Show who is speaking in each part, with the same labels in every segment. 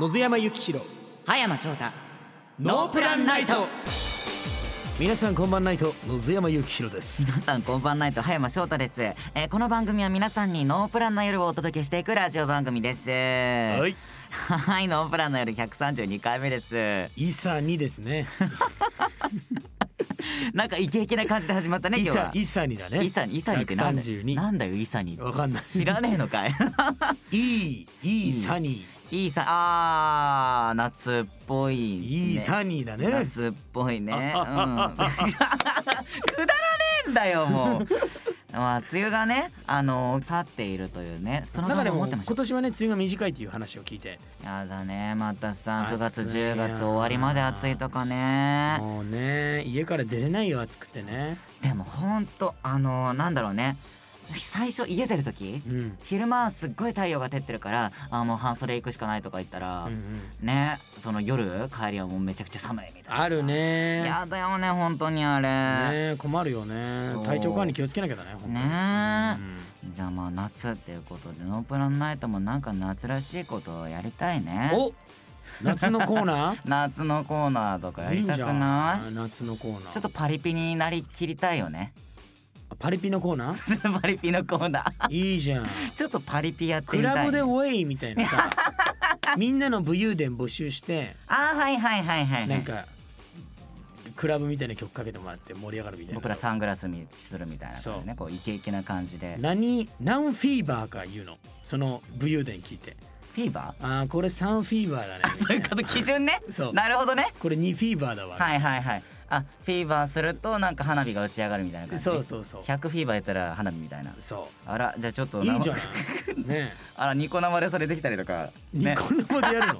Speaker 1: 野津山幸弘
Speaker 2: 葉山翔太
Speaker 1: ノープランナイト皆さんこんばんないと野津山幸弘です
Speaker 2: 皆さんこんばんないと葉山翔太です、えーこの番組は皆さんにノープランな夜をお届けしていくラジオ番組ですはいはいノープランの夜132回目です
Speaker 1: イサにですね
Speaker 2: なんかイケイケな感じで始まったね
Speaker 1: イ
Speaker 2: 今日
Speaker 1: サ
Speaker 2: は
Speaker 1: イサにだね
Speaker 2: イサニイサニってなんだ
Speaker 1: 132
Speaker 2: なんだよイサニ
Speaker 1: わかんない
Speaker 2: 知らねえのかい
Speaker 1: いいいいサニ
Speaker 2: イサあー夏っぽい、ね、
Speaker 1: ーいいサニーだね
Speaker 2: 夏っぽいね。 うん、くだらねえんだよもう。 まあ梅雨がねあの去っているというねその
Speaker 1: なんか
Speaker 2: 間
Speaker 1: で
Speaker 2: 思
Speaker 1: も
Speaker 2: って
Speaker 1: 今
Speaker 2: ました。
Speaker 1: 年はね梅雨が短いっていう話を聞いて
Speaker 2: やだねまたさ9月
Speaker 1: 暑いよ
Speaker 2: 10月終わりまで暑いとかね。
Speaker 1: もうね家から出れないよ暑くてね
Speaker 2: でもほんとあのなんだろうね最初家出る時
Speaker 1: うんうん
Speaker 2: 昼間すっごい太陽が照ってるからあもう半袖行くしかないとか言ったら、
Speaker 1: うん
Speaker 2: ねその夜帰りはもうめちゃくちゃ寒いみたいなさ。
Speaker 1: あるね
Speaker 2: やだよね本当にあれ。
Speaker 1: ね困るよね
Speaker 2: そう
Speaker 1: 体調管理気をつけなきゃだね本当に
Speaker 2: ねえ
Speaker 1: うん
Speaker 2: じゃあまあ夏っていうことでノープランナイトもなんか夏らしいことをやりたいね
Speaker 1: お夏のコーナ
Speaker 2: 夏のコーナーとか や
Speaker 1: ーいい
Speaker 2: り
Speaker 1: ん
Speaker 2: た
Speaker 1: じ
Speaker 2: く
Speaker 1: ゃ
Speaker 2: ない
Speaker 1: ん夏のコーナー
Speaker 2: ちょっとパリピになりきりたいよね
Speaker 1: あパリピのコーナー
Speaker 2: パリピのコーナー
Speaker 1: いいじゃん
Speaker 2: ちょっとパリピやって
Speaker 1: ク
Speaker 2: みたい
Speaker 1: ラブで
Speaker 2: あ
Speaker 1: ウェイみたいな さみんなの武勇伝募集して
Speaker 2: ーはいはいはいはいは
Speaker 1: なん
Speaker 2: い
Speaker 1: かクラブみたいな曲かけてもらって盛り上がるみたいな
Speaker 2: 僕らサングラスにするみたいな感じ
Speaker 1: そ
Speaker 2: ねこうイケイケな感じで
Speaker 1: 何何フィーバーか言うのその武勇伝聞いて
Speaker 2: フィーバ
Speaker 1: ああこれ3フィーバーだね
Speaker 2: ー そういうこと基準ね
Speaker 1: そう
Speaker 2: なるほどね
Speaker 1: これ2フィーバーだわ、
Speaker 2: はいはいはいあフィーバーするとなんか花火が打ち上がるみたいな感じ
Speaker 1: そうそうそう
Speaker 2: 100フィーバーやったら花火みたいな
Speaker 1: そ
Speaker 2: あらじゃあちょっと
Speaker 1: ういいじゃないね
Speaker 2: あらニコ生でそれできたりとか、
Speaker 1: えニ
Speaker 2: ね、
Speaker 1: コ生でやるの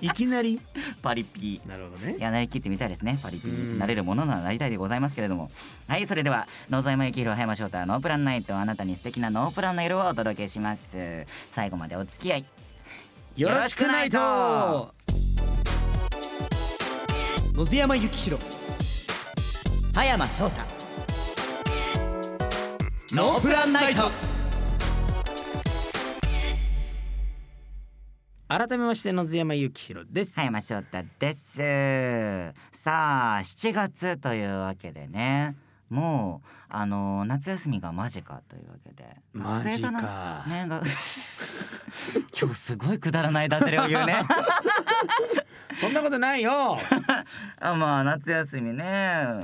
Speaker 1: いきなり
Speaker 2: パリピ
Speaker 1: なるほどね
Speaker 2: いやなりきってみたいですねパリピ
Speaker 1: うん
Speaker 2: になれるものならなりたいでございますけれどもはいそれでは野添真由紀弘葉山翔太ノープランナイトあなたに素敵なノープランの夜をお届けします最後までお付き合い
Speaker 1: よろしくないと野津山幸弘
Speaker 2: 葉山翔太
Speaker 1: ノープランナイト改めまして野津山幸弘です、
Speaker 2: 葉山翔太ですさあ7月というわけでねもうあの夏休みが間近というわけで
Speaker 1: マジ
Speaker 2: 学生さんの
Speaker 1: か、
Speaker 2: ねが 今日すごいくだらないダジャレを言うね
Speaker 1: そんなことない よ
Speaker 2: あまあ夏休みね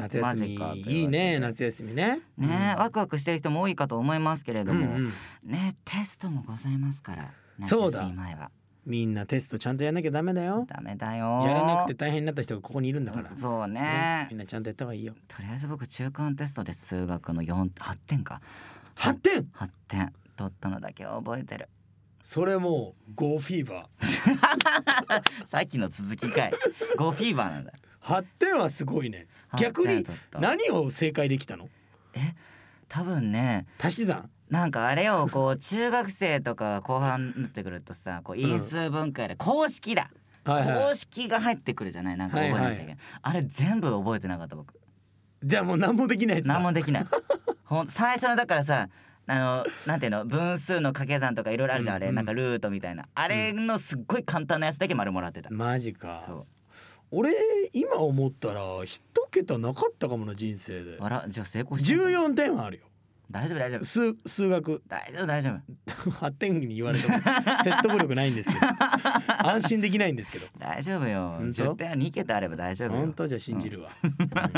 Speaker 1: 夏
Speaker 2: マ
Speaker 1: 休
Speaker 2: ジ
Speaker 1: み
Speaker 2: かとうわけで
Speaker 1: いいね夏休みね
Speaker 2: ね、ワクワクしてる人も多いかと思いますけれ
Speaker 1: う
Speaker 2: ど
Speaker 1: ん
Speaker 2: も、
Speaker 1: うん
Speaker 2: ねテストもございますから夏
Speaker 1: そう
Speaker 2: 休
Speaker 1: だ
Speaker 2: み前は
Speaker 1: みんなテストちゃんとやんなきゃダメだよ
Speaker 2: ダメだよ
Speaker 1: やれなくて大変になった人がここにいるんだから、
Speaker 2: そうね
Speaker 1: ねみんなちゃんとやった方がいいよ
Speaker 2: とりあえず僕中間テストで数学の4 8点か
Speaker 1: 8点
Speaker 2: 8点取ったのだけ覚えてる
Speaker 1: それもうゴーフィーバ
Speaker 2: さっきの続き かい5フィーバーなんだ
Speaker 1: ー8点はすごいね逆
Speaker 2: 8点
Speaker 1: に
Speaker 2: 取った
Speaker 1: 何を正解できたの
Speaker 2: 多分ね
Speaker 1: 足し算
Speaker 2: なんかあれをこう中学生とか後半になってくるとさこう因数分解で公式だ、
Speaker 1: はいはい
Speaker 2: 公式が入ってくるじゃないなんか覚えなきゃいけない、
Speaker 1: はい
Speaker 2: あれ全部覚えてなかった僕
Speaker 1: じゃあもう何もできないやつだ
Speaker 2: 何もできない ほん最初のだからさあのなんていうの分数の掛け算とかいろいろあるじゃんあれ、
Speaker 1: うんうん
Speaker 2: なんかルートみたいなあれのすっごい簡単なやつだけ丸もらってた、
Speaker 1: マジか
Speaker 2: そ
Speaker 1: 俺今思ったら一桁なかったかもな人生で
Speaker 2: うあらじゃあ成功してる
Speaker 1: 14点はあるよ
Speaker 2: 大丈夫大丈夫
Speaker 1: 数数学
Speaker 2: 大丈夫大丈夫
Speaker 1: 8点に言われ ても説得力ないんですけど安心できないんですけど
Speaker 2: 大丈夫よ
Speaker 1: 本当
Speaker 2: 10点は2桁あれば大丈夫よ
Speaker 1: 本当じゃあ信じるわ、うん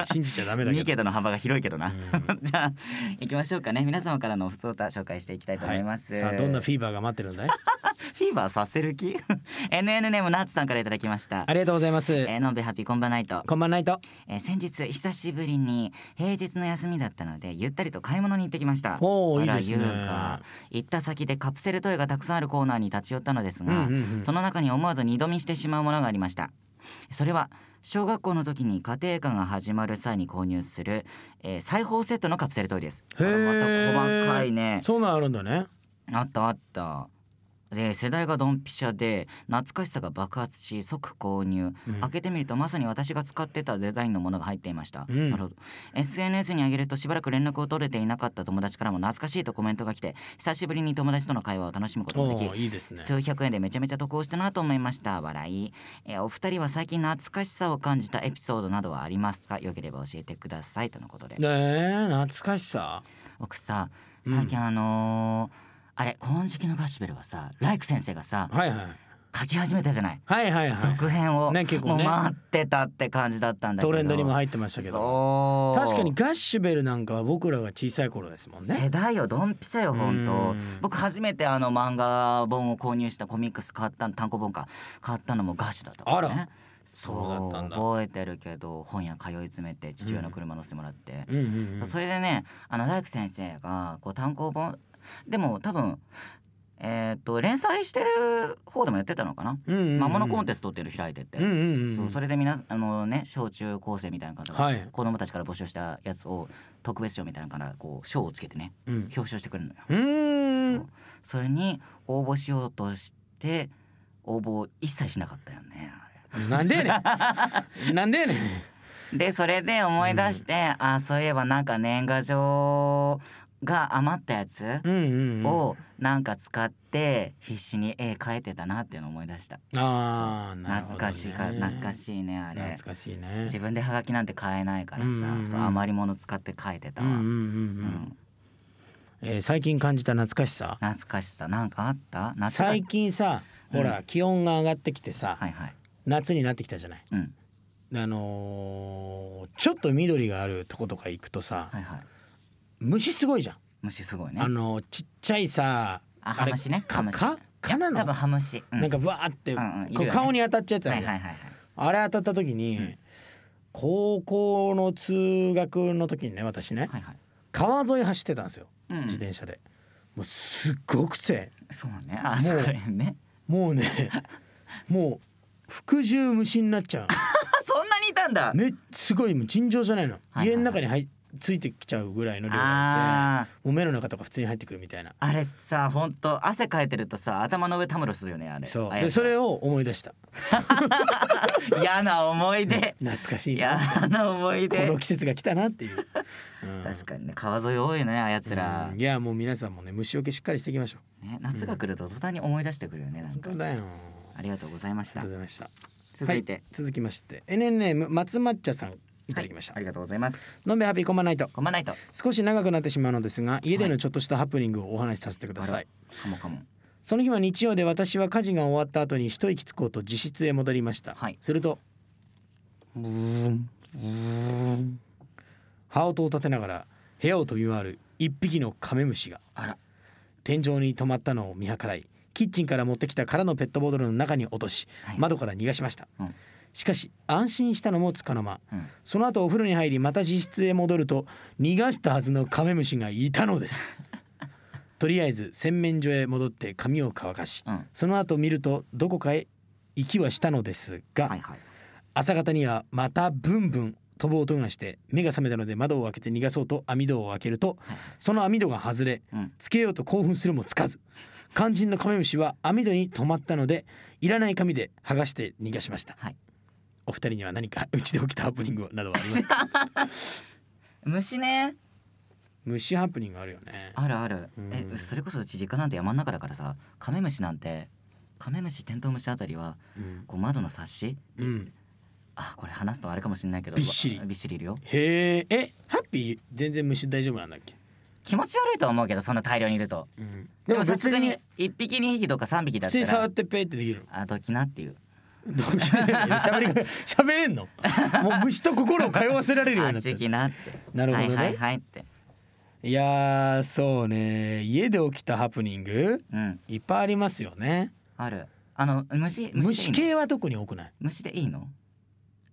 Speaker 1: 信じちゃダメだけ
Speaker 2: 2
Speaker 1: ど
Speaker 2: 桁の幅が広いけどな、
Speaker 1: うん
Speaker 2: じゃあ行きましょうかね皆様からの不相談紹介していきたいと思います、
Speaker 1: はい、さあどんなフィーバーが待ってるんだい
Speaker 2: フィーバーさせる気 NN ネームナッツさんからいただきました
Speaker 1: ありがとうございます、
Speaker 2: えー、のんべハッピーこんばんないと、
Speaker 1: こんばんないと
Speaker 2: えー先日久しぶりに平日の休みだったのでゆったりと買い物に行ってきました
Speaker 1: おー
Speaker 2: あら
Speaker 1: いいですね
Speaker 2: 優雅行った先でカプセルトイがたくさんあるコーナーに立ち寄ったのです
Speaker 1: うん
Speaker 2: が、
Speaker 1: うんうん
Speaker 2: その中に思わず二度見してしまうものがありましたそれは小学校の時に家庭科が始まる際に購入する、えー裁縫セットのカプセルトイです
Speaker 1: へー
Speaker 2: あらまた細かいね
Speaker 1: そんなんあるんだね
Speaker 2: あったあったで世代がドンピシャで懐かしさが爆発し即購入、
Speaker 1: うん
Speaker 2: 開けてみるとまさに私が使ってたデザインのものが入っていました、
Speaker 1: うん
Speaker 2: なるほど SNS に上げるとしばらく連絡を取れていなかった友達からも懐かしいとコメントが来て久しぶりに友達との会話を楽しむことができ
Speaker 1: おーいいですね
Speaker 2: 数百円でめちゃめちゃ得をしたなと思いました笑い、えーお二人は最近懐かしさを感じたエピソードなどはありますかよければ教えてくださいとのことで
Speaker 1: ねえ懐かしさ
Speaker 2: 僕さ
Speaker 1: うん
Speaker 2: 最近あのーあれ金色のガッシュベルがさライク先生がさ
Speaker 1: はいはい
Speaker 2: 書き始めたじゃない
Speaker 1: はいはいはい
Speaker 2: 続編を、
Speaker 1: ね結構ね
Speaker 2: もう待ってたって感じだったんだけど
Speaker 1: トレンドにも
Speaker 2: っ
Speaker 1: 入ってましたけど
Speaker 2: そう
Speaker 1: 確かにガッシュベルなんかは僕らが小さい頃ですもんね
Speaker 2: 世代よドンピシャよ本
Speaker 1: う
Speaker 2: 当
Speaker 1: ん
Speaker 2: 僕初めてあの漫画本を購入したコミックス買った単行本か買ったのもガッシュだったからね
Speaker 1: あら
Speaker 2: そう
Speaker 1: そうだったんだ
Speaker 2: 覚えてるけど本屋通い詰めて父親の車乗せてもらって、
Speaker 1: うんうんうん
Speaker 2: それでねあのライク先生がこう単行本でも多分えっ、と連載してる方でもやってたのかな
Speaker 1: うんうんうん
Speaker 2: 魔物コンテストっていうの開いてて、
Speaker 1: うんうんうん
Speaker 2: そうそれで皆あのね小中高生みたいな方が、
Speaker 1: はい
Speaker 2: 子供たちから募集したやつを特別賞みたいなのからこう賞をつけてね
Speaker 1: うん
Speaker 2: 表彰してくれるのよ、
Speaker 1: うー
Speaker 2: そうんそれに応募しようとして応募を一切しなかったよねあれ
Speaker 1: なんでやね んなんでやねん
Speaker 2: でそれで思い出して、あそういえばなんか年賀状が余ったやつ
Speaker 1: うんうんうん
Speaker 2: をなんか使って必死に絵描いてたなっていうのを思い出した
Speaker 1: ああ、なるほど
Speaker 2: 懐かしいか懐か
Speaker 1: い
Speaker 2: しいねあれ
Speaker 1: 懐かしいね
Speaker 2: 自分でハガキなんて買えないからさ、
Speaker 1: うんうんうん
Speaker 2: そう余り物使って書いてたわ、
Speaker 1: うんうんうん
Speaker 2: う
Speaker 1: うん
Speaker 2: ん
Speaker 1: えー最近感じた懐かしさ
Speaker 2: 懐かしさなんかあった懐か
Speaker 1: 最近さほら、気温が上がってきてさ、
Speaker 2: はいはい
Speaker 1: 夏になってきたじゃない
Speaker 2: うん
Speaker 1: あのーちょっと緑があるとことか行くとさ
Speaker 2: はいはい
Speaker 1: 虫すごいじゃん、
Speaker 2: 虫すごいね
Speaker 1: あのーちっちゃいさ
Speaker 2: あ
Speaker 1: あ
Speaker 2: ハ
Speaker 1: れ
Speaker 2: ムシねハ
Speaker 1: か
Speaker 2: ムシ
Speaker 1: かかなの
Speaker 2: 多分ハムシ、う
Speaker 1: なんかわーって、
Speaker 2: うんうんいるよ
Speaker 1: こ
Speaker 2: ね
Speaker 1: う顔に当たっちゃうやつあ
Speaker 2: は
Speaker 1: る
Speaker 2: い
Speaker 1: じゃん
Speaker 2: はいはいはい
Speaker 1: あれ当たった時に、
Speaker 2: うん
Speaker 1: 高校の通学の時にね私ね
Speaker 2: はいはい
Speaker 1: 川沿い走ってたんですよ
Speaker 2: うん
Speaker 1: 自転車で、もうすっごく て
Speaker 2: そうねあ
Speaker 1: も
Speaker 2: そうれね
Speaker 1: もうねもう服従虫になっちゃう
Speaker 2: あそんなにいたん だ、
Speaker 1: めすごいもう尋常じゃないの、
Speaker 2: はいはい
Speaker 1: 家の中に入ついてきちゃうぐらいの量があ
Speaker 2: あー
Speaker 1: ってもう目の中とか普通に入ってくるみたいな
Speaker 2: あれさ本当汗かいてるとさ頭の上たむろするよねあれ
Speaker 1: そう
Speaker 2: あや
Speaker 1: で
Speaker 2: だ
Speaker 1: それを思い出した
Speaker 2: 嫌な思い出
Speaker 1: 懐かしい
Speaker 2: 嫌
Speaker 1: な
Speaker 2: な思い
Speaker 1: こ
Speaker 2: 出
Speaker 1: の季節が来たなって いう、うん
Speaker 2: 確かにね川沿い多いねあやつら
Speaker 1: う、んいやもう皆さんもね虫除けしっかりしていきましょう
Speaker 2: ね、夏が来ると途端に思い出してくるよねなんか
Speaker 1: 本当だよ
Speaker 2: ありがとうございまし
Speaker 1: ありが
Speaker 2: た
Speaker 1: とうございました
Speaker 2: 続いて、
Speaker 1: は続きまして NNM 松抹茶さんいただきました、
Speaker 2: ありがとうございます
Speaker 1: のんべえハッピーコマナイト
Speaker 2: こまないと
Speaker 1: 少し長くなってしまうのですが家でのちょっとしたハプニングをお話しさせてください、
Speaker 2: あらかもかも
Speaker 1: その日は日曜で私は家事が終わった後に一息つこうと自室へ戻りました、
Speaker 2: はい
Speaker 1: するとブーンブーン羽音を立てながら部屋を飛び回る一匹のカメムシが
Speaker 2: あら
Speaker 1: 天井に止まったのを見計らいキッチンから持ってきた空のペットボトルの中に落とし、
Speaker 2: はい
Speaker 1: 窓から逃がしました、
Speaker 2: うん
Speaker 1: しかし安心したのもつかの間
Speaker 2: うん
Speaker 1: その後お風呂に入りまた自室へ戻ると逃がしたはずのカメムシがいた のですとりあえず洗面所へ戻って髪を乾かし
Speaker 2: うん
Speaker 1: その後見るとどこかへ行きはしたのですが、
Speaker 2: はいはい
Speaker 1: 朝方にはまたブンブン飛ぶ音がして目が覚めたので窓を開けて逃がそうと網戸を開けると
Speaker 2: はい
Speaker 1: その網戸が外れ
Speaker 2: うん
Speaker 1: つけようと興奮するもつかず肝心のカメムシは網戸に止まったのでいらない紙で剥がして逃がしました、
Speaker 2: はい
Speaker 1: お二人には何かうちで起きたハプニングなどはありますか
Speaker 2: 虫ね
Speaker 1: 虫ハプニングあるよね
Speaker 2: あるある
Speaker 1: う
Speaker 2: え
Speaker 1: ん
Speaker 2: それこそうち実家なんて山の中だからさカメムシなんてカメムシテントウムシあたりは
Speaker 1: うん、
Speaker 2: こう窓の冊子
Speaker 1: うん
Speaker 2: あこれ話すとあれかもしれないけど
Speaker 1: びっしり
Speaker 2: びっしりいるよ
Speaker 1: へええハッピー全然虫大丈夫なんだっけ、
Speaker 2: 気持ち悪いとは思うけどそんな大量にいると
Speaker 1: うん、
Speaker 2: でもさすがに1匹2匹とか3匹だ
Speaker 1: 普通に
Speaker 2: った
Speaker 1: 触
Speaker 2: ら
Speaker 1: ってペーってできるの
Speaker 2: あどきなっていう
Speaker 1: どうしゃべりが喋れんの もう虫と心を通わせられるように
Speaker 2: あ
Speaker 1: なっ
Speaker 2: ってち
Speaker 1: る
Speaker 2: きなって
Speaker 1: なるほどね、
Speaker 2: はいはいいはいって
Speaker 1: やーそうね家で起きたハプニング
Speaker 2: うん
Speaker 1: いっぱいありますよね
Speaker 2: あるあの虫
Speaker 1: 虫
Speaker 2: でいいの
Speaker 1: 系は特に多くない
Speaker 2: 虫でいいの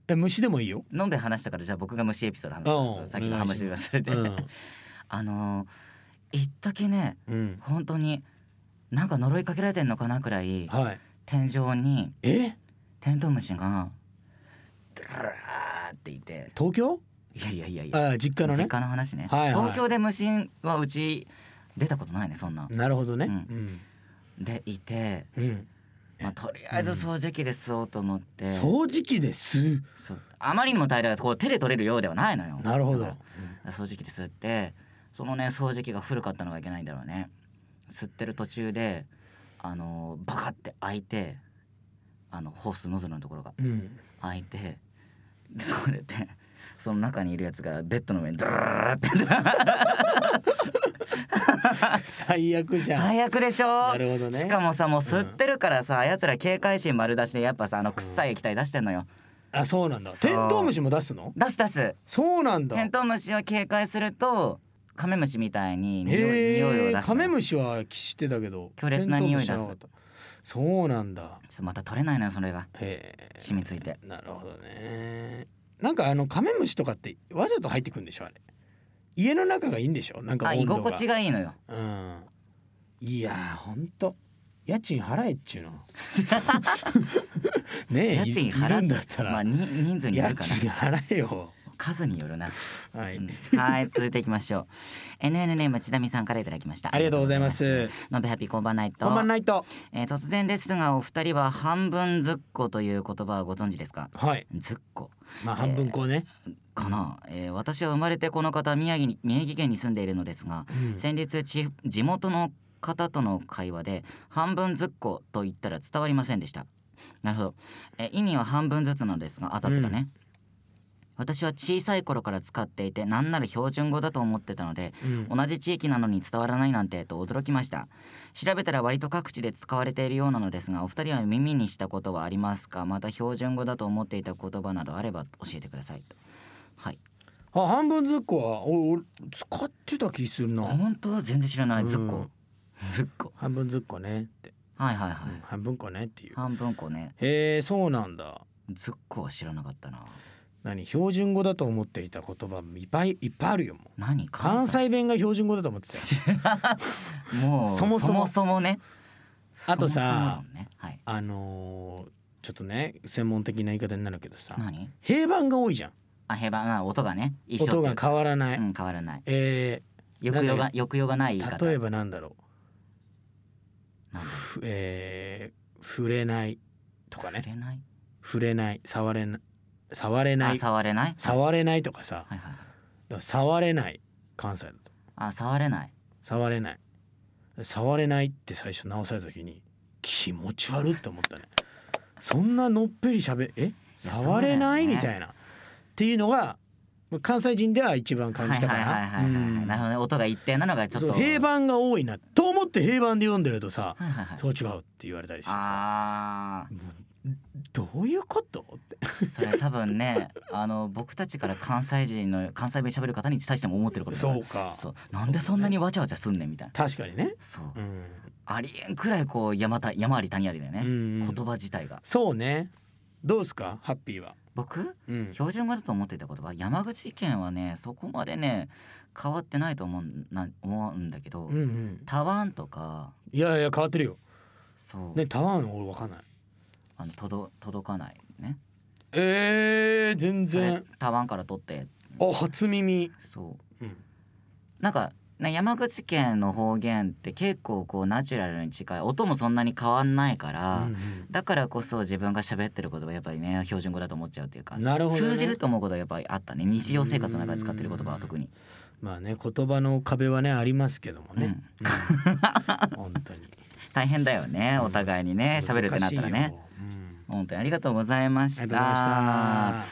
Speaker 1: え虫でも いいよ、
Speaker 2: 飲んで話したからじゃあ僕が虫エピソード
Speaker 1: う
Speaker 2: 話
Speaker 1: ん
Speaker 2: すさっきの話が忘れて、
Speaker 1: う
Speaker 2: あのー一時ね
Speaker 1: ん、
Speaker 2: 本当になんか呪いかけられてんのかなくらい
Speaker 1: はい
Speaker 2: 天井に
Speaker 1: え
Speaker 2: テントウムシがドゥルルルーっていて
Speaker 1: 東京
Speaker 2: いやいやいやいや
Speaker 1: あー実家のね
Speaker 2: 実家の話ね、
Speaker 1: はいはい
Speaker 2: 東京で無心はうち出たことないねそんな
Speaker 1: なるほどね、
Speaker 2: うん
Speaker 1: うん
Speaker 2: でいて、
Speaker 1: うん、
Speaker 2: まあ、とりあえず掃除機で吸おうと思って、
Speaker 1: 掃除機です
Speaker 2: そうあまりにも大量だとこう手で取れるようではないのよ
Speaker 1: なるほ
Speaker 2: だ
Speaker 1: ど
Speaker 2: から掃除機で吸ってそのね掃除機が古かったのがいけないんだろうね吸ってる途中であのバカって開いてあのホースノズルのところが
Speaker 1: うん
Speaker 2: 開いてそれでその中にいるやつがベッドの上にドラーって
Speaker 1: 最悪じゃん
Speaker 2: 最悪でしょ
Speaker 1: なるほどね
Speaker 2: しかもさもう吸ってるからさ、奴ら警戒心丸出しでやっぱさあの臭い液体出してんのよ
Speaker 1: あそうなんだ
Speaker 2: そう
Speaker 1: テントウムシも出すの
Speaker 2: 出す出す
Speaker 1: そうなんだ
Speaker 2: テントウムシを警戒するとカメムシみたいに匂い,、匂いを
Speaker 1: へ
Speaker 2: 出す
Speaker 1: え
Speaker 2: の
Speaker 1: カメムシは知ってたけど
Speaker 2: 強烈な
Speaker 1: テントウ
Speaker 2: 匂
Speaker 1: ム
Speaker 2: い
Speaker 1: シ
Speaker 2: 出す
Speaker 1: はなかったそうなんだ
Speaker 2: そうまた取れないのよそれが
Speaker 1: へえ
Speaker 2: 染みついて
Speaker 1: なるほどねなんかあのカメムシとかってわざと入ってくるんでしょあれ家の中がいいんでしょなんか
Speaker 2: あ居
Speaker 1: 温度が
Speaker 2: 心地がいいのよ
Speaker 1: うんいやーほんと家賃払えっ ちゅうのねえ
Speaker 2: 家賃
Speaker 1: いいるん
Speaker 2: 払
Speaker 1: だ
Speaker 2: っ
Speaker 1: ったら、
Speaker 2: まあに人数によ
Speaker 1: 家
Speaker 2: るかな
Speaker 1: 賃払えよ
Speaker 2: 数によるな
Speaker 1: は、
Speaker 2: はいい、はい続いていきましょう NN ネームちなみさんからいただきました
Speaker 1: ありがとうございます
Speaker 2: のべハピこんばんないと
Speaker 1: こんばんないと
Speaker 2: えー突然ですがお二人は半分ずっこという言葉をご存知ですか
Speaker 1: はい
Speaker 2: ずっこ
Speaker 1: まあ半分こうね、
Speaker 2: かな、えー私は生まれてこの方宮城に宮城県に住んでいるのですが
Speaker 1: うん
Speaker 2: 先日ち地元の方との会話で半分ずっこと言ったら伝わりませんでしたなるほどえ意味は半分ずつなのですが当たってたね、私は小さい頃から使っていて何なら標準語だと思ってたので
Speaker 1: うん
Speaker 2: 同じ地域なのに伝わらないなんてと驚きました調べたら割と各地で使われているようなのですがお二人は耳にしたことはありますかまた標準語だと思っていた言葉などあれば教えてくださいとはい
Speaker 1: あ半分ずっこはおお使ってた気するな
Speaker 2: 本当は全然知らないずっ
Speaker 1: う
Speaker 2: こ
Speaker 1: ん
Speaker 2: ずっこ
Speaker 1: 半分ずっこねって、
Speaker 2: はいはい
Speaker 1: う
Speaker 2: はい
Speaker 1: ん、半分こねっていう
Speaker 2: 半分こね
Speaker 1: へえそうなんだ
Speaker 2: ずっこは知らなかったな
Speaker 1: 何標準語だと思っていた言葉いっぱいいっぱいあるよもう
Speaker 2: 何関
Speaker 1: 関
Speaker 2: 西
Speaker 1: 西弁が標準語だと思ってたよ
Speaker 2: もう
Speaker 1: そもそも
Speaker 2: そもね
Speaker 1: あとさ
Speaker 2: そもそもなのねはい
Speaker 1: あのーちょっとね専門的な言い方になるけどさ
Speaker 2: 何
Speaker 1: 平板が多いじゃん
Speaker 2: あへばな音がね一緒
Speaker 1: 音が変わらない、
Speaker 2: うん変わらない
Speaker 1: え
Speaker 2: 抑揚
Speaker 1: な
Speaker 2: が
Speaker 1: ん
Speaker 2: 抑揚がない言い
Speaker 1: ー
Speaker 2: 方
Speaker 1: 例えばなんだろう
Speaker 2: なんだ
Speaker 1: ふえー触れないとか
Speaker 2: 触
Speaker 1: ね
Speaker 2: れない
Speaker 1: 触れない触れな触れな
Speaker 2: あ
Speaker 1: い
Speaker 2: 触れない
Speaker 1: 触れないとかさ
Speaker 2: はいはいはい
Speaker 1: だから触れない関西だと
Speaker 2: あ触れない
Speaker 1: 触れない触れないって最初直された時に気持ち悪いって思ったねそんなのっぺりしゃべえ触れない、
Speaker 2: そうだよね
Speaker 1: みたいなっていうのがまあ関西人では一番感じたか
Speaker 2: はいはいはいはいはい、なる
Speaker 1: な
Speaker 2: ほどね音が一定なのがちょっ
Speaker 1: そう
Speaker 2: と
Speaker 1: 平板が多いなと思って平板で読んでるとさ
Speaker 2: はいはい
Speaker 1: 「
Speaker 2: はい
Speaker 1: そう違う」って言われたりしてさ
Speaker 2: あ
Speaker 1: もうどういうこと って
Speaker 2: あそれ多分ね あの僕たちから関西人の関西弁喋る方に対しても思ってることだか
Speaker 1: そ
Speaker 2: ら
Speaker 1: うか
Speaker 2: そうなんでそんなにわちゃわちゃすんねんみたいな
Speaker 1: 確かにね、
Speaker 2: そう
Speaker 1: うん
Speaker 2: ありえんくらいこう山た山あり谷ありだよね、
Speaker 1: うんうん
Speaker 2: 言葉自体が
Speaker 1: そうねどうすかハッピーは、
Speaker 2: 僕
Speaker 1: うん、
Speaker 2: 標準語だと思っていた言葉山口県はねそこまでね変わってないと思うんな思うんだけど、
Speaker 1: うんうん
Speaker 2: タワンとか
Speaker 1: いやいや変わってるよ
Speaker 2: そう、
Speaker 1: ねタワーの俺わかんない
Speaker 2: あの届届かないね
Speaker 1: えー、全
Speaker 2: それ
Speaker 1: 然
Speaker 2: タワンから取って
Speaker 1: あ初耳、
Speaker 2: そう
Speaker 1: うん、
Speaker 2: なんか、ね、山口県の方言って結構こうナチュラルに近い音もそんなに変わんないから、
Speaker 1: うん
Speaker 2: だからこそ自分が喋ってる言葉やっぱりね標準語だと思っちゃうっていうか
Speaker 1: なるほどね
Speaker 2: 通じると思うことはやっぱりあったね日常生活の中で使ってる言葉は特に、
Speaker 1: まあね言葉の壁はねありますけどもね、うん本当 に
Speaker 2: 大変だよねお互いにね喋るってなったら
Speaker 1: 難しい
Speaker 2: ね
Speaker 1: ようん
Speaker 2: 本当にありがとうございまし
Speaker 1: ありがとうござい
Speaker 2: た
Speaker 1: ま。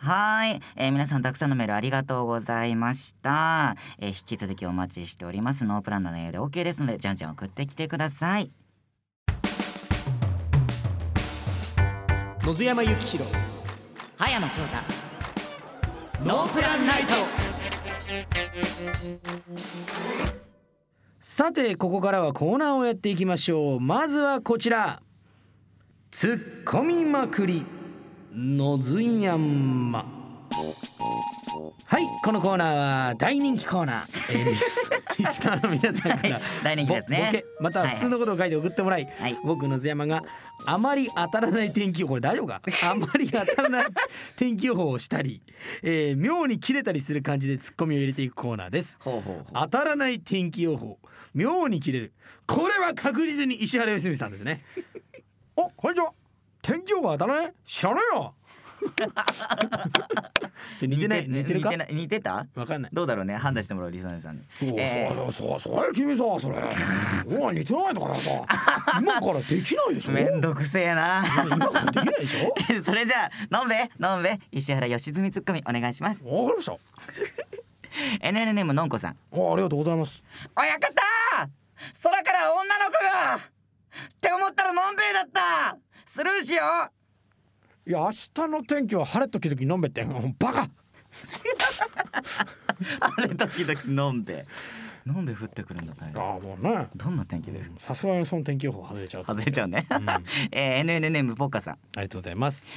Speaker 2: はい、えー皆さんたくさんのメールありがとうございました、えー引き続きお待ちしておりますノープランの内容で OK ですのでじゃんじゃん送ってきてください
Speaker 1: した野津山幸弘
Speaker 2: 葉山翔太
Speaker 1: ノープランナイトさてここからはコーナーをやっていきましょうまずはこちらツッコミまくりのずんやんま
Speaker 3: はいこのコーナーは大人気コーナー、えー、リスリスナーの皆さんから
Speaker 2: 大人気です
Speaker 3: ぼボ
Speaker 2: ね
Speaker 3: ケまたは普通のことを書いて送ってもらい、
Speaker 2: はい
Speaker 3: 僕の津山があまり当たらない天気予報これ大丈 夫かあまり当たらない天気予報をしたり、えー妙に切れたりする感じでツッコミを入れていくコーナーです
Speaker 2: ほうほうほう
Speaker 3: 当たらない天気予報妙に切れるこれは確実に石原良純さんで すねおこんにちは天気予報当たらない知らないよ ちょ似てない似てるか
Speaker 2: 似てない似てた
Speaker 3: わかんない
Speaker 2: どうだろうね判断してもらおうリスナーさんに
Speaker 3: そう
Speaker 2: えー
Speaker 3: そうそうそうそれ君さ それお前似てないのかよさ今からできないでし ょ
Speaker 2: めん
Speaker 3: 今
Speaker 2: どくせえな
Speaker 3: からできないでしょ
Speaker 2: それじゃあ飲んべ飲んべ石原良純ツッコミお願いします
Speaker 3: わかりました
Speaker 2: NNNM のんこさん
Speaker 3: あありがとうございます
Speaker 2: 親方空から女の子がって思ったらのんべえだったスルーしよ
Speaker 3: いや明日の天気は晴れ時々飲めってもうバカ
Speaker 2: うあれ時々のんべえのんべえ降ってくるんだった
Speaker 3: ああもうね
Speaker 2: どんな天気で
Speaker 3: さすがにその天気予報外れちゃう
Speaker 2: 外れちゃうね、
Speaker 3: ん
Speaker 2: えー、NNNM ポッカさん
Speaker 3: ありがとうございます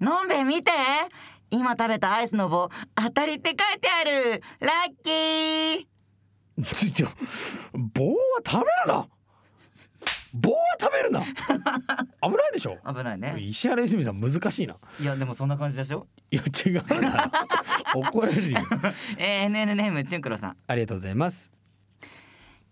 Speaker 2: のんべえ見て今食べたアイスの棒当たりって書いてあるラッキー
Speaker 3: いや棒は食べるな棒は食べるな危ないでしょ
Speaker 2: 危ないね
Speaker 3: 石原良純さん難しいない
Speaker 2: やでもそんな感じでしょ、
Speaker 3: いや違うな怒られ るよ
Speaker 2: えー、NNNM チュンクロさん
Speaker 3: ありがとうございます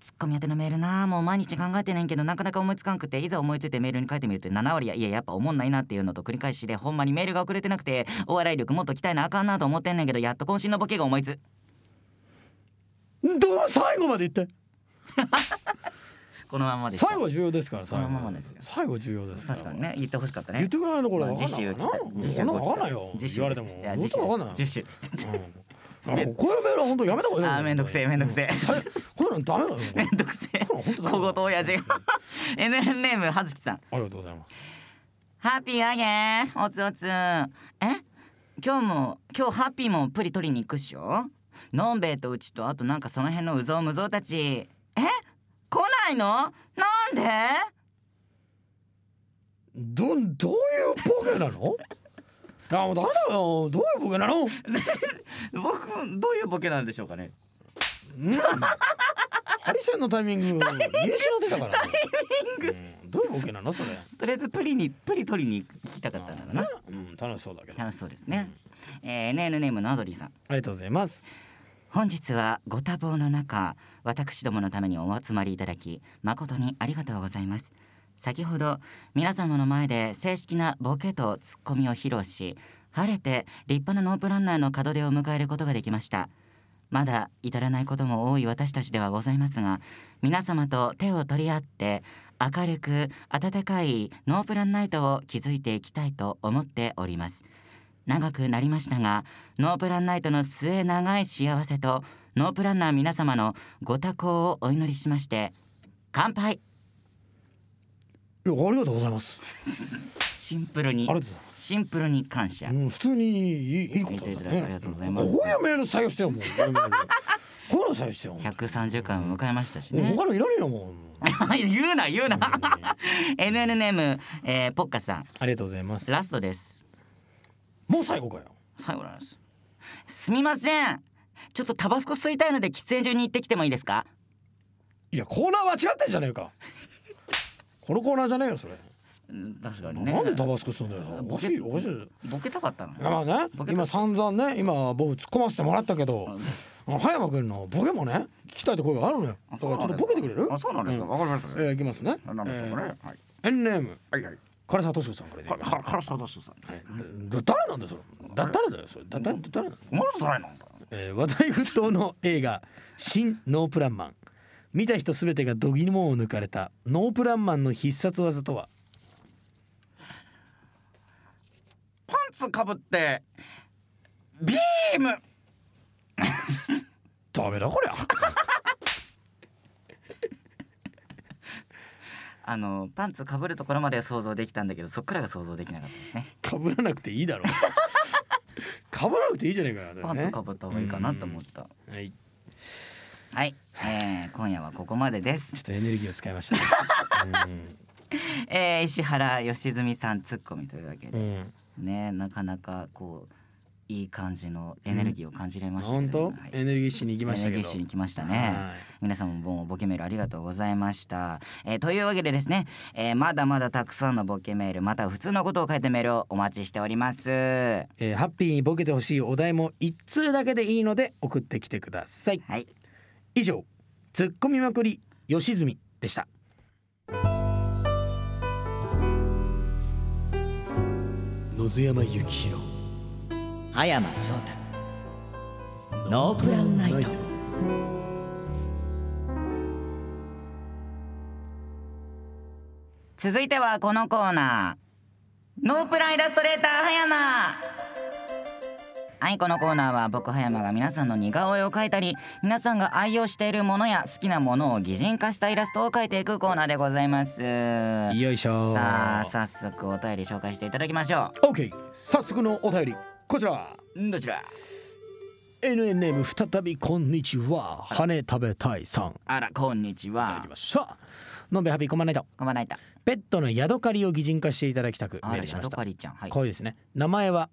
Speaker 2: ツッコミ宛てのメールなあもう毎日考えてないけどなかなか思いつかんくていざ思いついてメールに書いてみると7割やいややっぱ思んないなっていうのと繰り返しでほんまにメールが遅れてなくてお笑い力もっと鍛えなあかんなと思ってんねんけどやっと渾身のボケが思いつ
Speaker 3: どう最後まで言って
Speaker 2: このままでした
Speaker 3: 最後重要ですから
Speaker 2: そのままですよ
Speaker 3: 最後重要ですから
Speaker 2: 確かにね言ってほしかった
Speaker 3: 言っ
Speaker 2: ね
Speaker 3: てくれないのこれ
Speaker 2: まあ自習
Speaker 3: わ
Speaker 2: 来
Speaker 3: かんない
Speaker 2: た自習
Speaker 3: わかんな
Speaker 2: 来た
Speaker 3: いわかんないよ
Speaker 2: 自習
Speaker 3: 言わ
Speaker 2: です
Speaker 3: れて
Speaker 2: いや
Speaker 3: も
Speaker 2: 自習
Speaker 3: 本当わかんない
Speaker 2: 自習
Speaker 3: うんあこういうメールは本当やめた方がいいよ
Speaker 2: あーめんどくせえめんどくせえ
Speaker 3: うんはいこういうの ダメだよ
Speaker 2: めんどくせえ
Speaker 3: こういうの本当ダメだよ
Speaker 2: 小言親 父 NN ネームはずきさん
Speaker 3: ありがとうございます
Speaker 2: ハッピーあげーおつおつえ今日も今日ハッピーもプリ取りに行くっしょのんべえとうちとあとなんかその辺のうぞうむぞうたちえ来ないのなんで
Speaker 3: どどういうボケなの あもうダメだよどういうボケなの
Speaker 2: 僕どういうボケなんでしょうかね
Speaker 3: うんハリセンのタイミング見失ってたからタイミングどういうボケなのそれ
Speaker 2: とりあえずプリにプリ取りに行きたかったんだろうな
Speaker 3: うん楽しそうだけどあ
Speaker 2: 楽しそうですね、えー、NN ネームのアドリーさん
Speaker 3: りがとうございます
Speaker 2: 本日はご多忙の中私どものためにお集まりいただき誠にありがとうございます先ほど皆様の前で正式なボケとツッコミを披露し晴れて立派なノープランナーの門出を迎えることができましたまだ至らないことも多い私たちではございますが皆様と手を取り合って明るく温かいノープランナイトを築いていきたいと思っております長くなりましたがノープランナイトの末長い幸せとノープランナー皆様のご多幸をお祈りしまして乾杯
Speaker 3: いやありがとうございます
Speaker 2: シンプルに
Speaker 3: ありがとうございます
Speaker 2: シンプルに感謝
Speaker 3: うん、普通にいいいいこと
Speaker 2: 見てい
Speaker 3: だ
Speaker 2: ただ
Speaker 3: ね。
Speaker 2: きありがとうございます
Speaker 3: こういうメール採用してよもう。こういうメールこういうの採用してよ。も
Speaker 2: 130回も迎えましたし
Speaker 3: う
Speaker 2: ね
Speaker 3: 他のいらねえよも
Speaker 2: 言うな言うな
Speaker 3: う。
Speaker 2: NNNM、えー、ポッカさん
Speaker 3: ありがとうございます。
Speaker 2: ラストです
Speaker 3: もう最後かよ。
Speaker 2: 最後なんですすみませんちょっとタバスコ吸いたいので喫煙所に行ってきてもいいですか
Speaker 3: いやコーナー間違ってんじゃねえか。このコーナーじゃねえよそれ。
Speaker 2: 確か
Speaker 3: なんでタバスコするんだよ。おかしいおかしい。い
Speaker 2: ボケたかったの
Speaker 3: やまあね
Speaker 2: ボケ
Speaker 3: 今散々ね今僕突っ込ませてもらったけど。あの葉山君のボケもね聞きたいところがあるのよ。だからちょっとボケてくれる？
Speaker 2: そうなんですかわかりまし
Speaker 3: え
Speaker 2: た
Speaker 3: ー、いきますね。
Speaker 2: なんでしょうかね。はい。
Speaker 3: えーペンネーム
Speaker 2: はいはい。
Speaker 3: 唐沢俊子さんからいただきました。
Speaker 2: かからさだしさん。
Speaker 3: だ誰なんだよそれ。だ誰だよそれ。だだ誰なんだ。
Speaker 2: お前のらいなんだ。
Speaker 3: えー話題沸騰の映画「新ノープランマン」見た人すべてが度肝を抜かれたノープランマンの必殺技とは
Speaker 2: パンツかぶってビーム。
Speaker 3: ダメだこりゃ
Speaker 2: あのパンツかぶるところまでは想像できたんだけど、そっからが想像できなかったですね。
Speaker 3: かぶらなくていいだろうかぶらなくていいじゃねえかよ、それね
Speaker 2: パンツかぶった方がいいかなと思っ
Speaker 3: う
Speaker 2: た。
Speaker 3: んはいち
Speaker 2: はい、えー、今夜はここまでです
Speaker 3: ょ。っとエネルギーを使いまし たね
Speaker 2: えー、石原良純さんツッコミというわけ
Speaker 3: う
Speaker 2: で、
Speaker 3: ん、うん
Speaker 2: ねなかなかこういい感じのエネルギーを感じれましたけど
Speaker 1: 本
Speaker 2: ね、
Speaker 1: 当、
Speaker 2: はい
Speaker 1: エネルギッシュに行きました
Speaker 2: エネ
Speaker 1: けど
Speaker 2: ルギッシュに来ましたね。
Speaker 1: はい
Speaker 2: 皆さんもボケメールありがとうございました、えーというわけでですね、えーまだまだたくさんのボケメールまた普通のことを書いたメールをお待ちしておりますは
Speaker 1: えーハッピーにボケてほしいお題も一通だけでいいので送ってきてください
Speaker 2: い
Speaker 1: 以上ツッコミまくり吉住でした
Speaker 3: 野津山幸宏
Speaker 2: 葉山翔太
Speaker 3: ノープランナイト
Speaker 2: 続いてはこのコーナーノープランイラストレーター葉山はいこのコーナーは僕葉山が皆さんの似顔絵を描いたり皆さんが愛用しているものや好きなものを擬人化したイラストを描いていくコーナーでございます
Speaker 1: よいしょ
Speaker 2: さあ早速お便り紹介していただきましょ
Speaker 1: OK 早速のお便りこちら
Speaker 2: うどちら
Speaker 1: NNM 再びこんにちは羽食べたいさんい
Speaker 2: あらこんにち
Speaker 1: ただ
Speaker 2: は
Speaker 1: きましたのんべえハッピーこんばんないと
Speaker 2: こんばんないた
Speaker 1: ペットのヤドカリを擬人化していただきたくメ
Speaker 2: あ
Speaker 1: ー
Speaker 2: ら
Speaker 1: ルし
Speaker 2: ヤ
Speaker 1: まし
Speaker 2: ド
Speaker 1: た
Speaker 2: カリちゃんはい
Speaker 1: こういうですね名前は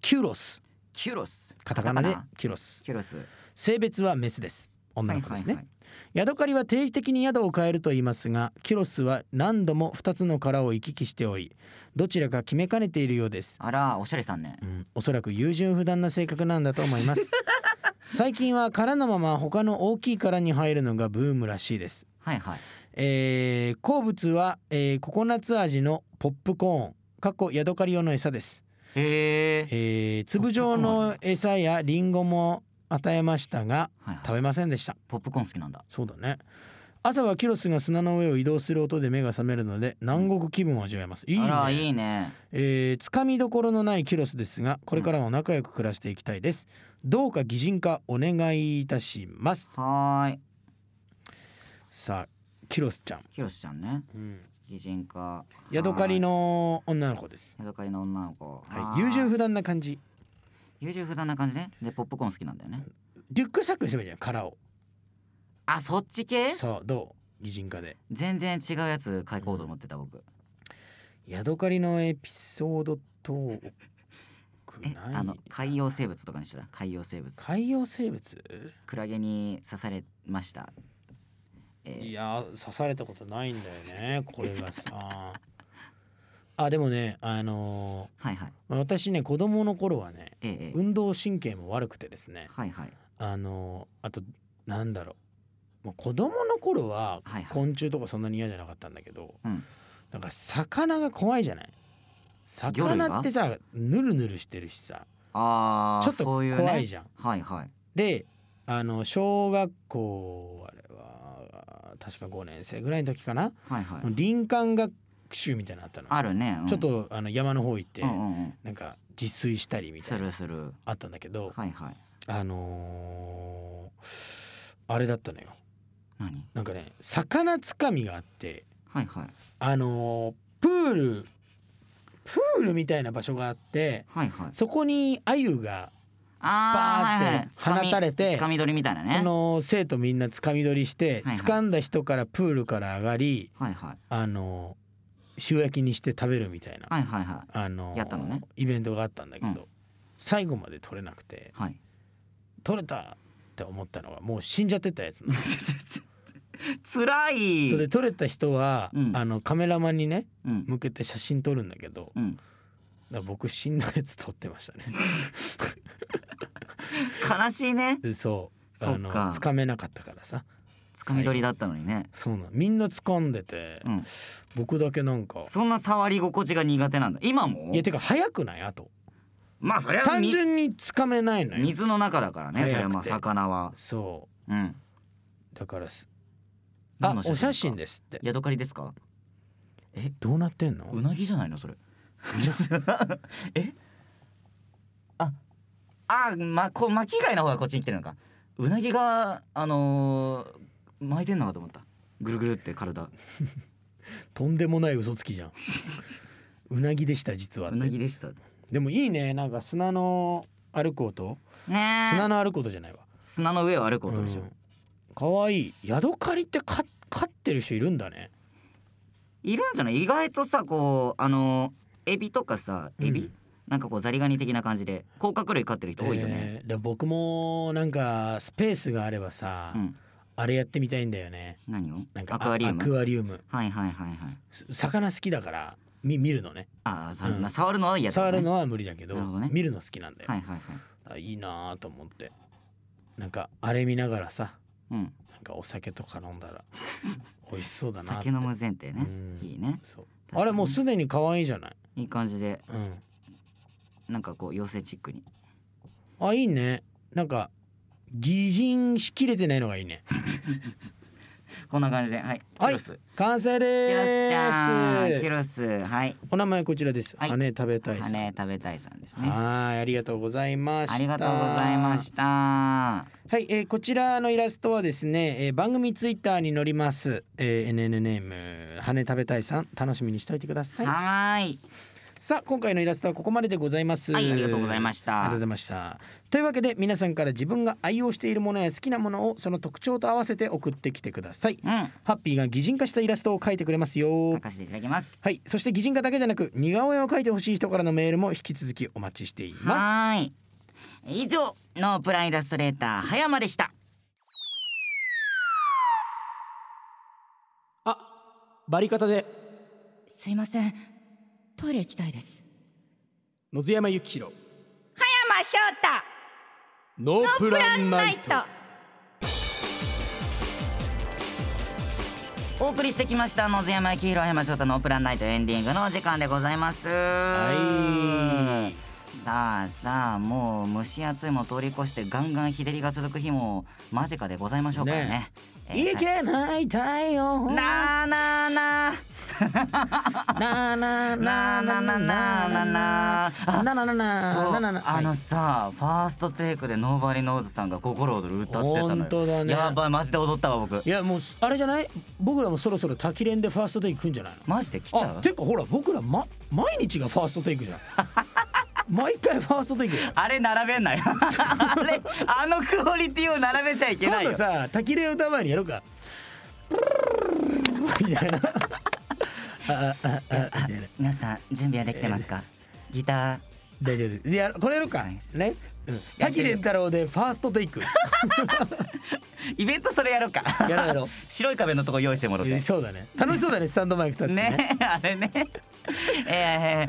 Speaker 1: キュロス
Speaker 2: キュロス
Speaker 1: カタカナ
Speaker 2: カ
Speaker 1: で
Speaker 2: タカナ
Speaker 1: キュロス
Speaker 2: キュロス
Speaker 1: 性別はメスです女の子ですね、
Speaker 2: はいはい
Speaker 1: ヤドカリは定期的に宿を変えると言いますがキュロスは何度も2つの殻を行き来しておりどちらか決めかねているようです、
Speaker 2: はい、あらおしゃれさんね
Speaker 1: うん、おそらく優柔不断な性格なんだと思います 最近は殻のまま他の大きい殻に入るのがブームらしいです、
Speaker 2: はいはい
Speaker 1: えー好物は、えーココナッツ味のポップコーンかっこヤドカリ用の餌です
Speaker 2: へえ
Speaker 1: えー粒状の餌やリンゴも与えましたが
Speaker 2: はいはい
Speaker 1: 食べませんでした
Speaker 2: ポップコーン好きなんだ
Speaker 1: そうだね朝はキュロスが砂の上を移動する音で目が覚めるので南国気分を味わえますいいね
Speaker 2: あらいいね
Speaker 1: えーつかみどころのないキュロスですがこれからも仲良く暮らしていきたいですどうか擬人化お願いいたします
Speaker 2: はーい
Speaker 1: さあキュロスちゃん、
Speaker 2: キュロスちゃんね擬人化
Speaker 1: ヤドカリ
Speaker 2: は
Speaker 1: の女の子です
Speaker 2: ーいヤドカリの女の子
Speaker 1: はい、優柔
Speaker 2: 不
Speaker 1: 不断な感じ
Speaker 2: 優柔不断な感じねでポップコーン好きなんだよね
Speaker 1: リュックサックにすればいいじゃん殻を
Speaker 2: あそっち系
Speaker 1: さあどう擬人化で
Speaker 2: 全然違うやつ書こうと思ってた僕
Speaker 1: ヤドカリのエピソードトーク
Speaker 2: え
Speaker 1: ない
Speaker 2: あの海洋生物とかにしたら海洋生物
Speaker 1: 海洋生物
Speaker 2: クラゲに刺されましたえー
Speaker 1: いや刺されたことないんだよねこれがさあでもねあの
Speaker 2: はいはい
Speaker 1: ー私ね子供の頃はね
Speaker 2: えーえー
Speaker 1: 運動神経も悪くてですね
Speaker 2: はいはい
Speaker 1: あのーあとなんだろうもう子供の頃は
Speaker 2: はいはい
Speaker 1: 昆虫とかそんなに嫌じゃなかったんだけど、
Speaker 2: うん
Speaker 1: なんか魚が怖いじゃない魚ってさぬるぬるしてるしさ
Speaker 2: ああ
Speaker 1: ちょっと
Speaker 2: そういう、ね、
Speaker 1: 怖いじゃん。
Speaker 2: はいはい
Speaker 1: であの小学校あれは確か5年生ぐらいの時かな
Speaker 2: はいはい
Speaker 1: 林間学習みたいなのあったの
Speaker 2: あるね、うん
Speaker 1: ちょっとあの山の方行って
Speaker 2: うんうんうん
Speaker 1: なんか自炊したりみた
Speaker 2: す
Speaker 1: いな
Speaker 2: るする
Speaker 1: あったんだけど
Speaker 2: はいはい
Speaker 1: あのーあれだったのよ
Speaker 2: 何
Speaker 1: なんかね魚つかみがあって
Speaker 2: はいはい
Speaker 1: あのープールプールみたいな場所があって
Speaker 2: はいはい
Speaker 1: そこに鮎がバーっ
Speaker 2: あー
Speaker 1: て
Speaker 2: はいはいつかみ
Speaker 1: 放たれて
Speaker 2: つかみ取りみたいなね
Speaker 1: その生徒みんなつかみ取りして、
Speaker 2: はいはい
Speaker 1: 掴んだ人からプールから上がり
Speaker 2: はいはい
Speaker 1: あの塩焼きにして食べるみたいな、
Speaker 2: はいはいは
Speaker 1: あの
Speaker 2: やったのね
Speaker 1: イベントがあったんだけど、
Speaker 2: うん
Speaker 1: 最後まで取れなくて
Speaker 2: いはい
Speaker 1: 取れたって思ったのがもう死んじゃってたやつなの
Speaker 2: つらい
Speaker 1: それで取れた人は、
Speaker 2: うん
Speaker 1: あのカメラマンにね
Speaker 2: うん
Speaker 1: 向けて写真撮るんだけど
Speaker 2: うん、
Speaker 1: だから僕死んだやつ撮ってましたね
Speaker 2: 悲しいね
Speaker 1: でそうあの
Speaker 2: そっか
Speaker 1: つかめなかったからさ
Speaker 2: つかみ取りだったのにね、
Speaker 1: そうなのみんな掴んでて、
Speaker 2: うん、
Speaker 1: 僕だけなんか
Speaker 2: そんな触り心地が苦手なんだ今も
Speaker 1: いやてか早くないあと
Speaker 2: まあそれは
Speaker 1: 単
Speaker 2: み
Speaker 1: 純につかめないのよ
Speaker 2: 水の中だからね
Speaker 1: 早くて
Speaker 2: それはまあ魚は
Speaker 1: そ
Speaker 2: うん
Speaker 1: うだからすあ
Speaker 2: 何の
Speaker 1: お写真
Speaker 2: で
Speaker 1: ですって
Speaker 2: ヤドカリですか
Speaker 1: どうなってんの
Speaker 2: うなぎじゃない のそれ えああまこう巻き貝の方がこっちに来てるのかうなぎがあのー巻いてんのかと思ったぐるぐるって体
Speaker 1: とんでもない嘘つ きじゃんうなぎでした実はっ
Speaker 2: う
Speaker 1: て
Speaker 2: なぎでした
Speaker 1: でもいいねなんか砂の歩く音
Speaker 2: ねえ
Speaker 1: 砂の歩く音じゃないわ
Speaker 2: 砂の上を歩く音でしょ、
Speaker 1: うんかわいいヤドカリってか飼ってる人いるんだね
Speaker 2: いるんじゃない意外とさこうあのーエビとかさエビ、
Speaker 1: うん
Speaker 2: なんかこうザリガニ的な感じで甲殻類飼ってる人多いよね、
Speaker 1: えーでも僕もなんかスペースがあればさ、
Speaker 2: うん
Speaker 1: あれやってみたいんだよね
Speaker 2: 何を
Speaker 1: なんか
Speaker 2: アクアリウム
Speaker 1: アクアリウム
Speaker 2: はいはいはいはい
Speaker 1: す魚好きだから見見るのね
Speaker 2: ああ、さ
Speaker 1: うん
Speaker 2: 触るのは嫌だ、ね、
Speaker 1: 触るのは無理だけど
Speaker 2: なるほどね
Speaker 1: 見るの好きなんだよ、
Speaker 2: はいはいはい
Speaker 1: あいいなーと思ってなんかあれ見ながらさ
Speaker 2: うん
Speaker 1: なんかお酒とか飲んだら美味しそうだなって
Speaker 2: 酒飲む前提
Speaker 1: う
Speaker 2: ね
Speaker 1: ん
Speaker 2: いいね
Speaker 1: そう
Speaker 2: 確かに
Speaker 1: あれもうすでに可愛いじゃない、
Speaker 2: いい感じで
Speaker 1: うん、
Speaker 2: なんかこう妖精チックに
Speaker 1: あいいねなんか擬人しきれてないのがいいね
Speaker 2: こんな感じではいキュ
Speaker 1: はい
Speaker 2: ロス
Speaker 1: 完成
Speaker 2: キュロスちゃんキュ
Speaker 1: です
Speaker 2: ロスはい
Speaker 1: お名前こちらです、
Speaker 2: はい
Speaker 1: 羽食べたいさん
Speaker 2: 羽食べたいさんですね
Speaker 1: はいありがとうございました
Speaker 2: ありがとうございました
Speaker 1: はい、えーこちらのイラストはですね、えー番組ツイッターに載ります、えー NN ネーム羽食べたいさん楽しみにしておいてください
Speaker 2: はーい
Speaker 1: さあ今回のイラストはここまででございます
Speaker 2: はいありがとうございま
Speaker 1: し
Speaker 2: した
Speaker 1: ありがとうございましたというわけで皆さんから自分が愛用しているものや好きなものをその特徴と合わせて送ってきてください
Speaker 2: うん
Speaker 1: ハッピーが擬人化したイラストを描いてくれますよ
Speaker 2: 書かせていただきます
Speaker 1: はいそして擬人化だけじゃなく似顔絵を描いてほしい人からのメールも引き続きお待ちしていま
Speaker 2: はーい以上ノープランイラストレーター葉山でした
Speaker 3: バリカタです
Speaker 4: いませんトイレ行きたいです
Speaker 3: 野津山幸弘
Speaker 4: 葉山翔太
Speaker 3: ノープランナイト
Speaker 2: お送りしてきました野津山幸宏葉山翔太のオプランナイトエンディングのお時間でございます
Speaker 1: は
Speaker 2: さあさあもう蒸し暑いも通り越してガンガン日照りが続く日も間近でございましょうからね
Speaker 1: ね
Speaker 2: え
Speaker 1: すい
Speaker 2: ー
Speaker 1: けない太陽
Speaker 2: なあなあなあ
Speaker 1: なあなあ
Speaker 2: な
Speaker 1: な
Speaker 2: あ
Speaker 1: あな
Speaker 2: なあ
Speaker 1: あ
Speaker 2: な
Speaker 1: な
Speaker 2: あ
Speaker 1: あ
Speaker 2: な
Speaker 1: な
Speaker 2: あ
Speaker 1: あ
Speaker 2: な
Speaker 1: な
Speaker 2: あ
Speaker 1: あな
Speaker 2: なあ
Speaker 1: あなあなあ
Speaker 2: そ
Speaker 1: なあ
Speaker 2: う
Speaker 1: なあなあ
Speaker 2: あのさファーストテイクでノーバリーノーズさんが心躍る歌ってたのよ
Speaker 1: 本当だね
Speaker 2: やばいマジで踊ったわ僕
Speaker 1: いやもうすあれじゃない僕らもそろそろ滝連でファーストテイク来んじゃないの
Speaker 2: マジで来ちゃ
Speaker 1: あ
Speaker 2: う
Speaker 1: てかほら僕ら、ま、毎日がファーストテイ クじゃん毎回ファーストテイクだよ
Speaker 2: あれ並べんなよあれあのクオリティを並べちゃいけな
Speaker 1: 今
Speaker 2: い
Speaker 1: 度
Speaker 2: よ
Speaker 1: さ滝連歌前にやろうかみたいなああああみたいな
Speaker 2: 皆さん準備はできてますか、ギタ
Speaker 1: 大丈夫ですいやこれやろうかね、うん、滝連太郎でファーストテ イク
Speaker 2: ーイベントそれやろうか
Speaker 1: やろうやろう
Speaker 2: 白い壁のとこ用意してもらっ
Speaker 1: え
Speaker 2: て
Speaker 1: そうだね楽しそうだねスタンドマイク立ってね
Speaker 2: ねあれねえ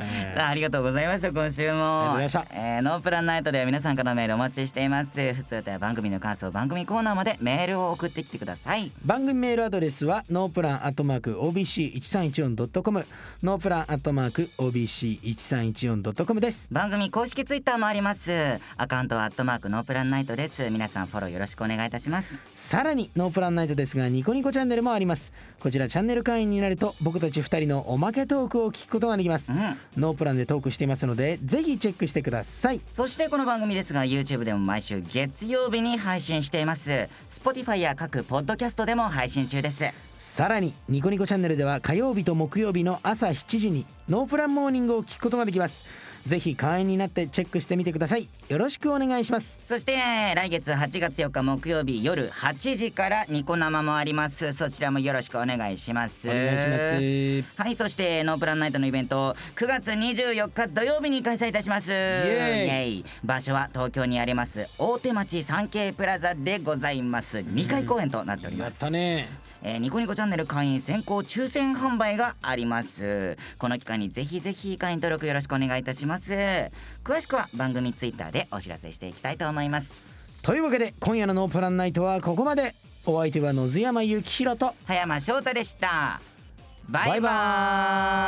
Speaker 1: え
Speaker 2: ー
Speaker 1: ー
Speaker 2: さあありがとうございました今週
Speaker 1: あ
Speaker 2: も
Speaker 1: りがとうございまし
Speaker 2: えーノープランナイトでは皆さんからのメールお待ちしています普通では番組の感想番組コーナーまでメールを送ってきてください
Speaker 1: 番組メールアドレスはノープランアットマーク OBC1314.com ノープランアットマーク OBC1314.com です
Speaker 2: 番組公式ツイッターもありますアカウントはアットマークノープランナイトです皆さんフォローよろしくお願いいたします
Speaker 1: さらにノープランナイトですがニコニコチャンネルもありますこちらチャンネル会員になると僕たち2人のおまけトークを聞くことができます
Speaker 2: うん
Speaker 1: ノープランでトークしていますのでぜひチェックしてください
Speaker 2: そしてこの番組ですが YouTube でも毎週月曜日に配信しています Spotify や各ポッドキャストでも配信中です
Speaker 1: さらにニコニコチャンネルでは火曜日と木曜日の朝7時にノープランモーニングを聞くことができますぜひ会員になってチェックしてみてくださいよろしくお願いします
Speaker 2: そして来月8月4日木曜日夜8時からニコ生もありますそちらもよろしくお願いします
Speaker 1: お願いします
Speaker 2: はいそしてノープランナイトのイベント9月24日土曜日に開催いたしますイ
Speaker 1: エ
Speaker 2: エイ場所は東京にあります大手町サンケイプラザでございます2回公演となっており
Speaker 1: や
Speaker 2: ま
Speaker 1: っ
Speaker 2: す
Speaker 1: たね
Speaker 2: えーニコニコチャンネル会員先行抽選販売がありますこの期間にぜひぜひ会員登録よろしくお願いいたします詳しくは番組ツイッターでお知らせしていきたいと思います
Speaker 1: というわけで今夜の「ノープランナイト」はここまでお相手は野津山幸宏と
Speaker 2: 葉山翔太でしたバイバ
Speaker 1: バイバ
Speaker 2: イ